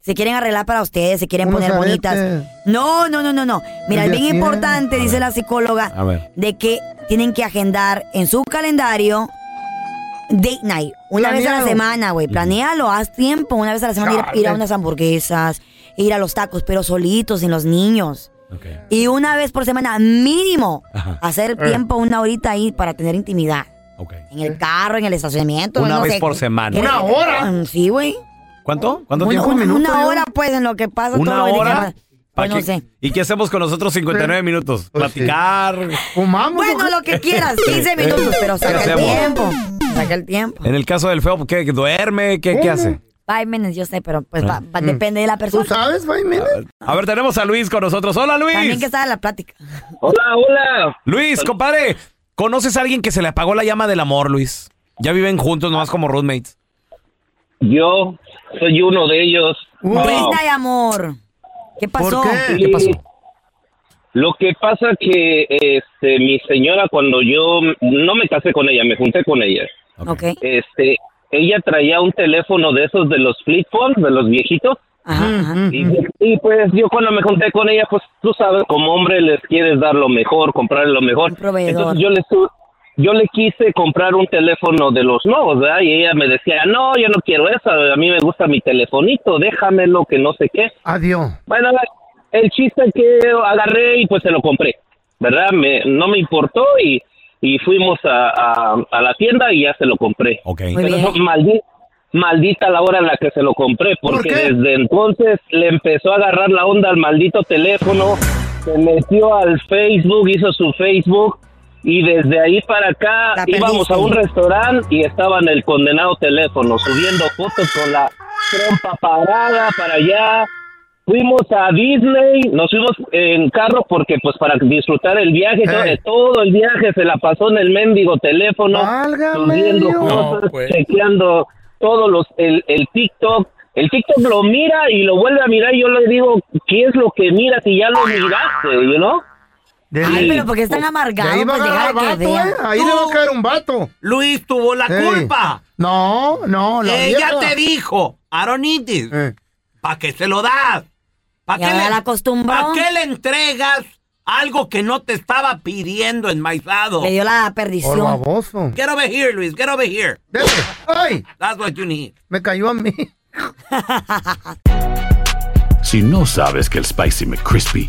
se quieren arreglar para ustedes, se quieren
Unos
poner bonitas.
aretes.
No, no, no, no, no. Mira, es bien
Dios mío.
importante,
A
dice
ver.
la psicóloga,
A ver.
de que tienen que agendar en su calendario date night. Una vez a
Planealo.
la semana, güey.
Ujú.
Planealo, haz tiempo. Una vez a la semana ir, ir a
Chale.
unas hamburguesas, ir a los tacos, pero solitos, sin los niños. Y una vez por semana, mínimo,
Ajá.
hacer
Eh.
tiempo, una horita ahí para tener intimidad. En el carro, en el estacionamiento.
Una
no
vez
sé.
por semana.
¿Qué-
¿Una hora?
Mm, Sí, güey.
¿Cuánto? ¿Cuánto
Una,
tiempo?
una- una hora, pues, en lo que pasa.
¿Una
todo lo que
hora?
pasa. Pues
¿Para
no
qué?
sé. Pues
¿Y qué hacemos con los otros 59 minutos? Platicar.
Bueno, lo que quieras, 15 minutos, pero
¿Qué
saca el
hacemos?
tiempo. Saca el tiempo.
En el caso del feo, ¿qué? ¿Duerme? ¿Qué, qué hace?
Five minutes, yo sé, pero pues va- va-
Mm.
depende de la persona. ¿Tú
sabes five minutes?
A ver, tenemos a Luis con nosotros. Hola, Luis.
También que estaba en la plática.
Hola, hola. Luis, compadre, ¿conoces a alguien que se le apagó la llama del amor, Luis? Ya viven juntos, nomás como roommates.
Yo soy uno de ellos. Wow.
Triste de amor. ¿Qué pasó?
Sí. Lo que pasa que este, mi señora cuando yo no me casé con ella, me junté con ella.
Ok.
Este, ella traía un teléfono de esos de los flip phones, de los viejitos. Y, y, pues yo cuando me junté con ella, pues tú sabes, como hombre les quieres dar lo mejor, comprar lo mejor.
proveedor.
Entonces yo le su- yo le quise comprar un teléfono de los nuevos, ¿verdad? Y ella me decía, no, yo no quiero eso, a mí me gusta mi telefonito, déjamelo, que no sé qué.
Adiós.
Bueno, la- el chiste es que agarré y pues se lo compré, ¿verdad? Me, no me importó y, y fuimos a, a- a la tienda y ya se lo compré.
Muy
Pero
bien.
no, maldi- maldita la hora en la que se lo compré, porque desde entonces le empezó a agarrar la onda al maldito teléfono, se metió al Facebook, hizo su Facebook. Y desde ahí para acá
La
íbamos
perdiste.
a un restaurante y estaba en el condenado teléfono, subiendo fotos con la trompa parada para allá, Fuimos a Disney, nos fuimos en carro porque pues para disfrutar el viaje, todo, todo el viaje se la pasó en el mendigo teléfono, subiendo
Dios.
cosas,
No, pues.
chequeando todos los, el, el TikTok, el TikTok lo mira y lo vuelve a mirar y yo le digo, ¿qué es lo que miras si ya lo miraste, you know?
Ay,
Y,
pero porque están
pues,
amargados.
Oh, ahí va a
pues, dejar
agarrar vato,
que vean.
¿eh? Ahí le va a caer un vato.
Luis tuvo la
culpa.
No, no, la
Ella
vieja.
Eh, te dijo, Aronitis, ¿para qué se lo das? ¿Para
Ya la acostumbró.
¿pa' qué le entregas algo que no te estaba pidiendo enmaizado?
Le dio la perdición.
Por
baboso.
Get over here, Luis, get over here. That's what you need.
Me cayó a mí.
Si no sabes que el Spicy McCrispy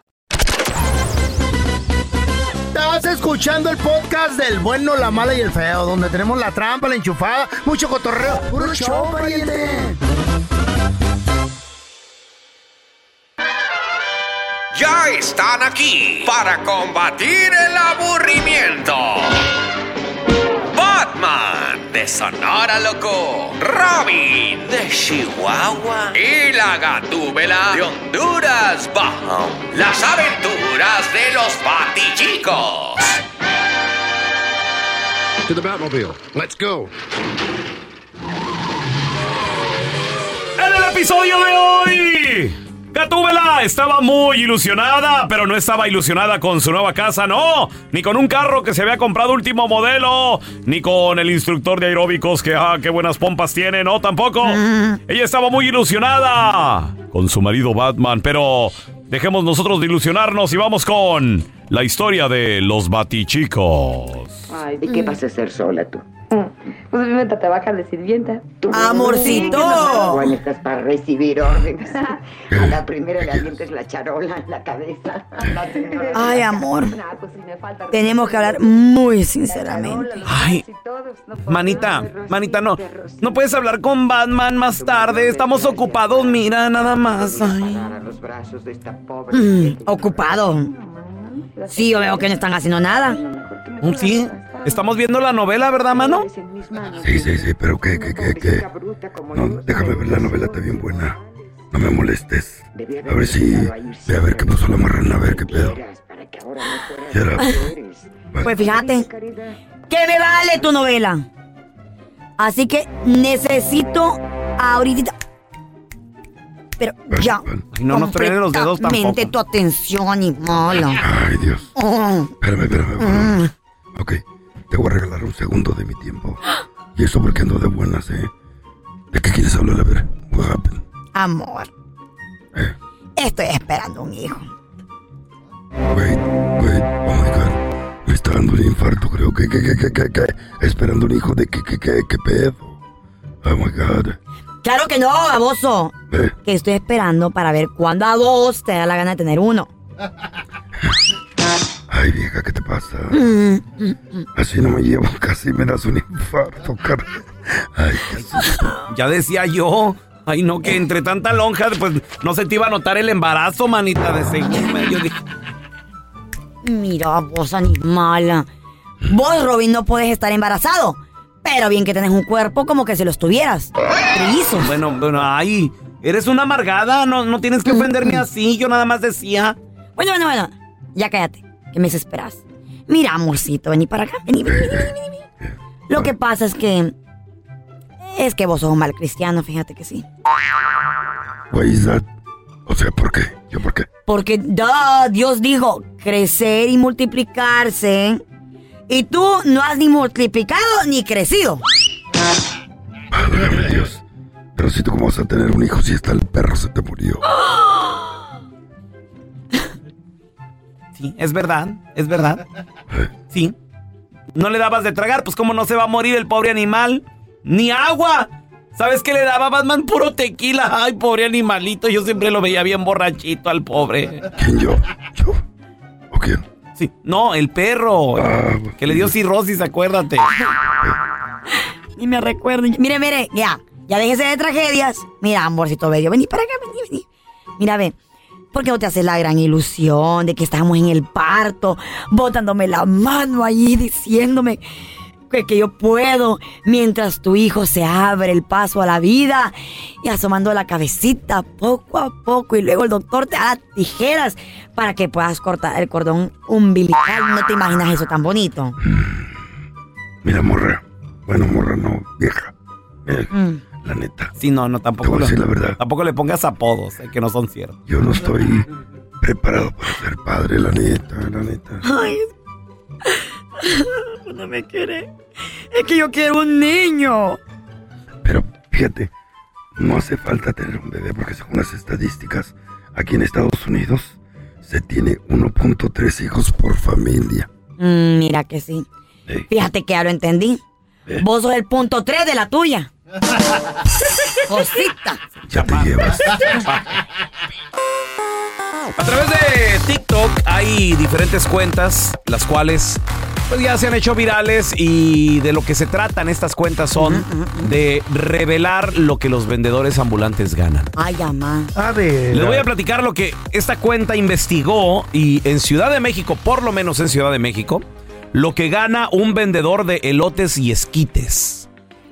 Estás escuchando el podcast del bueno, la mala y el feo, donde tenemos la trampa, la enchufada, mucho cotorreo. ¡Puro show, pariente!
ya están aquí para combatir el aburrimiento. Batman de Sonora Loco, Robin de Chihuahua y la Gatúbela de Honduras Bajo. Las aventuras de los Batichicos.
To the Batmobile. Let's go.
En el episodio de hoy, Gatúbela estaba muy ilusionada, pero no estaba ilusionada con su nueva casa, no, ni con un carro que se había comprado último modelo, ni con el instructor de aeróbicos que, ah, qué buenas pompas tiene, no, tampoco. Ella estaba muy ilusionada con su marido Batman, pero dejemos nosotros de ilusionarnos y vamos con la historia de los batichicos.
Ay, ¿de qué vas a ser sola tú?
Pues me trabaja de sirvienta. Tú-
¡Amorcito!
Sí, que no Bueno, estás para recibir órdenes. A la primera le avientes la charola en la cabeza. La señora-
Ay, amor.
Ah, pues sí me falta pues,
Tenemos que hablar muy sinceramente.
Ay, manita, manita, no. No puedes hablar con Batman más tarde. Estamos ocupados, mira, nada más. Ay.
a los brazos pues, de esta pobre.
Mm, ocupado. Sí, yo veo que no están haciendo nada.
Mm, Sí, estamos viendo la novela, ¿verdad, mano?
Sí, sí, sí, pero qué, qué, qué, qué. No, déjame ver la novela, está bien buena. No me molestes. A ver si. Ve a ver qué pasó la marrana, a ver qué pedo. Shut up.
Pues fíjate. ¿Qué me vale tu novela? Así que necesito ahorita. Pero ya.
Y no nos traen los dedos tampoco.
completamente tu atención, y
Ay, Dios.
Oh,
Espérame, espérame.
mm.
Te voy a regalar un segundo de mi tiempo. Y eso porque ando de buenas, ¿eh? ¿De qué quieres hablar? A ver, what happened?
Amor.
Eh.
Estoy esperando un hijo.
Me está dando un infarto, creo. ¿Qué, qué, qué, qué, qué, qué? Esperando un hijo de qué, qué, qué, qué pedo. Oh my God.
Claro que no, baboso.
Eh.
Que estoy esperando para ver cuándo a vos te da la gana de tener uno.
Ay, vieja, ¿qué te pasa?
Mm, mm, mm.
Así no me llevo, casi me das un infarto, cara. Ay,
Ya decía yo. Ay, no, que entre tanta lonja, pues no se te iba a notar el embarazo, manita, de seguirme. Yo dije,
Mira, vos animala. Vos, Robin, no puedes estar embarazado. Pero bien que tenés un cuerpo como que si lo estuvieras.
Bueno, bueno, ay, eres una amargada, no, no tienes que ofenderme así, yo nada más decía.
Mm, Bueno, bueno, bueno. Ya cállate, que me desesperas. Mira, amorcito, vení para acá. Vení, vení, vení, vení, vení, vení. Lo que pasa es que. Es que vos sos un mal cristiano, fíjate que sí.
Why is that? O sea, ¿por qué? ¿Yo por qué?
Porque da, Dios dijo crecer y multiplicarse. Y tú no has ni multiplicado ni crecido.
Válgame Dios. Pero si tú cómo vas a tener un hijo si hasta el perro se te murió.
Sí, es verdad, es verdad. Sí. No le dabas de tragar, pues cómo no se va a morir el pobre animal. Ni agua. ¿Sabes qué le daba Batman? Puro tequila. Ay, pobre animalito. Yo siempre lo veía bien borrachito al pobre.
¿Quién yo? ¿Yo? ¿O quién?
Sí. No, el perro. que le dio cirrosis, acuérdate.
Ni me recuerden. Mire, mire, ya. Ya déjese de tragedias. Mira, amorcito bello, vení para acá, vení, vení. Mira, ve. ¿Por qué no te haces la gran ilusión de que estamos en el parto, botándome la mano ahí, diciéndome que, que yo puedo, mientras tu hijo se abre el paso a la vida y asomando la cabecita poco a poco y luego el doctor te da tijeras para que puedas cortar el cordón umbilical? No te imaginas eso tan bonito.
Mira, morra. Bueno, morra, no, vieja. Eh,
Mm.
La neta.
Sí, no, no, tampoco.
Te voy a
lo-
decir la verdad.
Tampoco le pongas apodos eh, que no son ciertos.
Yo no estoy preparado para ser padre, la neta, la neta.
Ay, es- no me quiere. Es que yo quiero un niño.
Fíjate, no hace falta tener un bebé porque según las estadísticas, aquí en Estados Unidos se tiene 1.3 hijos por familia.
Mm, mira que sí. Fíjate que ya lo entendí. Vos sos el punto 3 de la tuya. Cosita.
Ya te llevas.
A través de TikTok hay diferentes cuentas, las cuales pues, ya se han hecho virales y de lo que se tratan estas cuentas son de revelar lo que los vendedores ambulantes ganan.
Ay, amá.
A ver.
Les voy a platicar lo que esta cuenta investigó y en Ciudad de México, por lo menos en Ciudad de México, lo que gana un vendedor de elotes y esquites.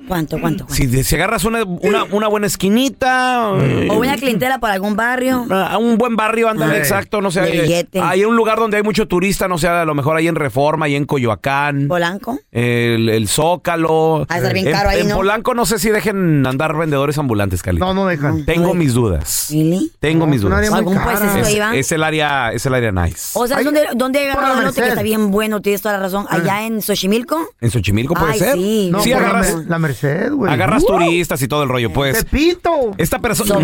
¿Cuánto, cuánto?
Si, de- si agarras una, una- una buena esquinita... eh,
O una clientela para algún barrio.
A Ah, un buen barrio, ándale, exacto, no sé.
De
Hay,
billete.
hay un lugar donde hay mucho turista, no sé, a lo mejor ahí en Reforma, ahí en Coyoacán.
Polanco.
El, el Zócalo.
Ha de ser bien
en,
caro ahí,
en
¿no?
Polanco no sé si dejen andar vendedores ambulantes, Cali. No,
no dejan.
Tengo mis dudas. Tengo mis
es un
dudas.
área muy ¿Algún cara. puestecito
es,
ahí van?
es el área, es el área nice.
O sea, es donde, donde agarraron
la
el lote que
Merced.
está bien bueno, tienes toda la razón.
Ah.
Allá en Xochimilco.
En Xochimilco puede
Ay,
ser.
sí. Uh.
Sí,
por la,
agarras,
Mer- la Merced, pues, güey.
agarras
Wow.
turistas y todo el rollo, pues.
Pepito.
Esta persona.
So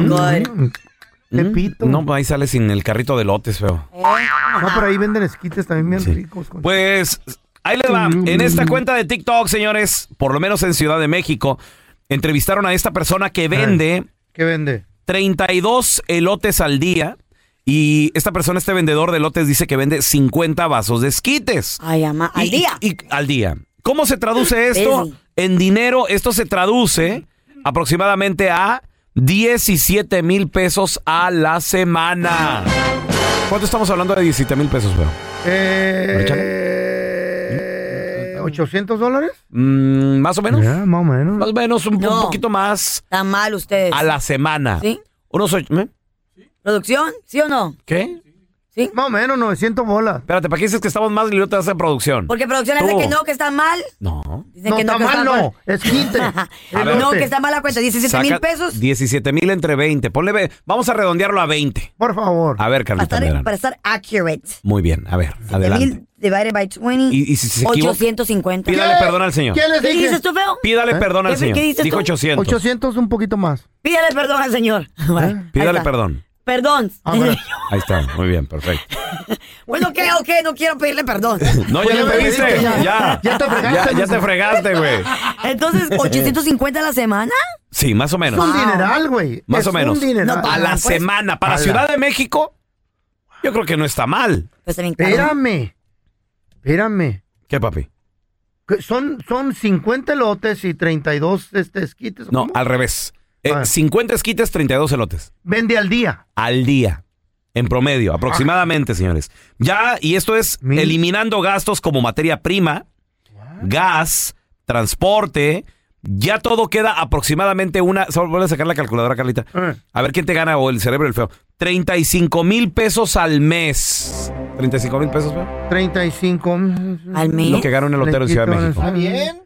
Mm. No, ahí sale sin el carrito de lotes, feo.
No, pero ahí venden esquites también bien ricos.
Pues Ahí les va. En esta cuenta de TikTok, señores, por lo menos en Ciudad de México, entrevistaron a esta persona que vende
¿Qué vende?
32 elotes al día. Y esta persona, este vendedor de elotes, dice que vende 50 vasos de esquites.
Ay, ama, al
Y-
día.
Y, al día. ¿Cómo se traduce esto?
Peso.
En dinero, esto se traduce aproximadamente a 17 mil pesos a la semana. ¿Cuánto estamos hablando de 17 mil pesos, bro?
Eh, ¿800 dólares?
Mm, más o menos.
más o menos.
Más o menos, un, un poquito más
Está mal ustedes.
a la semana.
¿Sí?
Unos ocho- ¿eh?
¿Producción? ¿Sí o no?
¿Qué?
¿Sí?
Más o menos 900 bolas.
Espérate, ¿para qué dices que estamos más y yo te hace producción?
Porque producción hace
Tú.
que no, que está mal.
No.
Dicen que no, que está mal.
Es quinte.
A ver.
no, que está mal la cuenta. 17 mil
Saca
pesos
17 mil entre 20. Ponle, ve- vamos a redondearlo a 20.
Por favor.
A ver,
para
Carlita
estar,
Medrano.
para estar accurate.
Muy bien, a ver, adelante.
Mil divided by 20.
Y- y si se equivoca-
850.
Pídale perdón al señor.
¿Qué, dices tú, feo?
Pídale
¿Eh?
perdón al
¿Qué-
señor.
qué dices
Dijo
tú?
800.
800 un poquito más.
Pídale perdón al señor.
¿Eh?
Bueno, ahí
Pídale
está.
perdón.
Perdón.
Ah,
Ahí está, muy bien, perfecto.
bueno, ¿qué? ¿O qué? No quiero pedirle perdón.
No, ya le pediste. Ya.
Ya te fregaste.
Ya, ya te fregaste, güey.
Entonces, 850 a la semana.
Sí, más o menos.
Es un dineral,
güey.
Más o menos. a la
pues.
semana. Para
A la-
Ciudad de México, yo creo que no está mal.
Pues,
Espérame. Espérame.
¿Qué, papi?
Que Son, son 50 lotes y 32 este, esquites.
No, al revés. Eh, 50 esquites, 32 elotes.
Ah. Vende al día. Ah.
al día. En promedio, aproximadamente, señores. Ya, y esto es eliminando gastos como materia prima, gas, transporte. Ya todo queda aproximadamente una. Solo vuelve a sacar la calculadora, Carlita.
Ah.
A ver quién te gana o el cerebro el feo. 35 mil pesos al mes. 35 mil pesos, feo.
35.
Al
mes. Lo que gana un elotero en Ciudad de México.
¿Está
bien?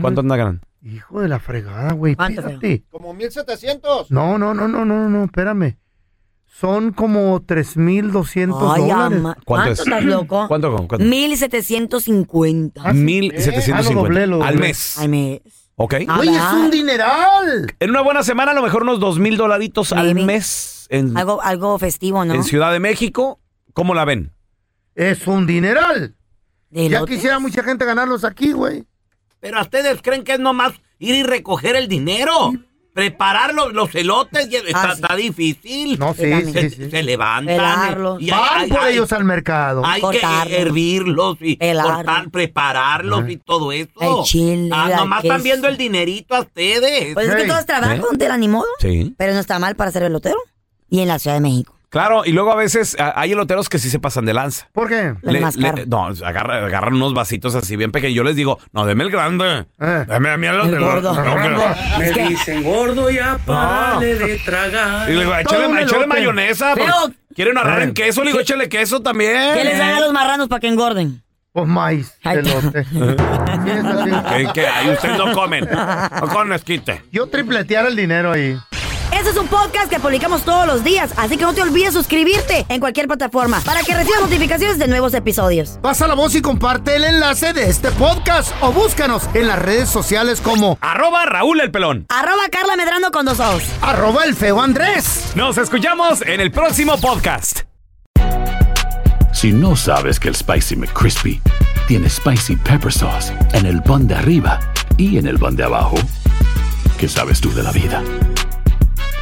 ¿Cuánto anda ganando?
Hijo de la fregada, güey. Espérate.
Como 1700.
No, no, no, no, no, no, espérame. Son como 3,200
Ay,
pues dólares.
ama- ¿Cuánto es? estás loco?
¿Cuánto? con- cuánto?
1750.
Ah, lo doblé, lo
1750. Al
doblé.
mes.
Al mes.
Ok.
Güey, es un dineral.
En una buena semana, a lo mejor unos dos mil dolaritos al mes en,
Algo, algo festivo, ¿no?
en Ciudad de México. ¿Cómo la ven?
Es un dineral. Ya
elotes?
quisiera mucha gente ganarlos aquí, güey.
Pero ¿a ustedes creen que es nomás ir y recoger el dinero. Preparar los, los elotes
Ah,
y- está, está difícil. No,
sí,
se,
sí,
se levantan.
Pelarlos.
y hay-
Van
hay-
por
hay-
ellos al mercado.
Hay que hervirlos y cortar, prepararlos y todo eso.
El chile,
Ah,
la
nomás están
queso.
viendo el dinerito a ustedes.
Pues es que todos
¿eh?
trabajan
¿Eh?
con del animodo.
Sí.
Pero no está mal para ser pelotero. Y en la Ciudad de México.
Claro, y luego a veces a- hay eloteros que sí se pasan de lanza.
¿Por qué?
Le- le- no, agarra- agarran unos vasitos así bien pequeños. Yo les digo, no, deme el grande.
Eh.
Deme a mí el, el- no, que-
Me dicen gordo ya, párale de tragar.
Y le digo, échale, échale mayonesa.
Pero-
porque ¿Quieren ahorrar en queso? Le digo, échale queso también.
Eh. ¿Qué les dan a los marranos para que engorden?
Eh. Pues maíz, elote.
¿Qué, qué? Ahí ustedes no comen. No con esquite.
Yo tripletear el dinero ahí.
Este es un podcast que publicamos todos los días, así que no te olvides suscribirte en cualquier plataforma para que recibas notificaciones de nuevos episodios.
Pasa la voz y comparte el enlace de este podcast o búscanos en las redes sociales como
Arroba Raúl el pelón.
Arroba Carla Medrano con dos ojos.
arroba el feo Andrés.
Nos escuchamos en el próximo podcast.
Si no sabes que el Spicy McCrispy tiene Spicy Pepper Sauce en el pan de arriba y en el pan de abajo, ¿qué sabes tú de la vida?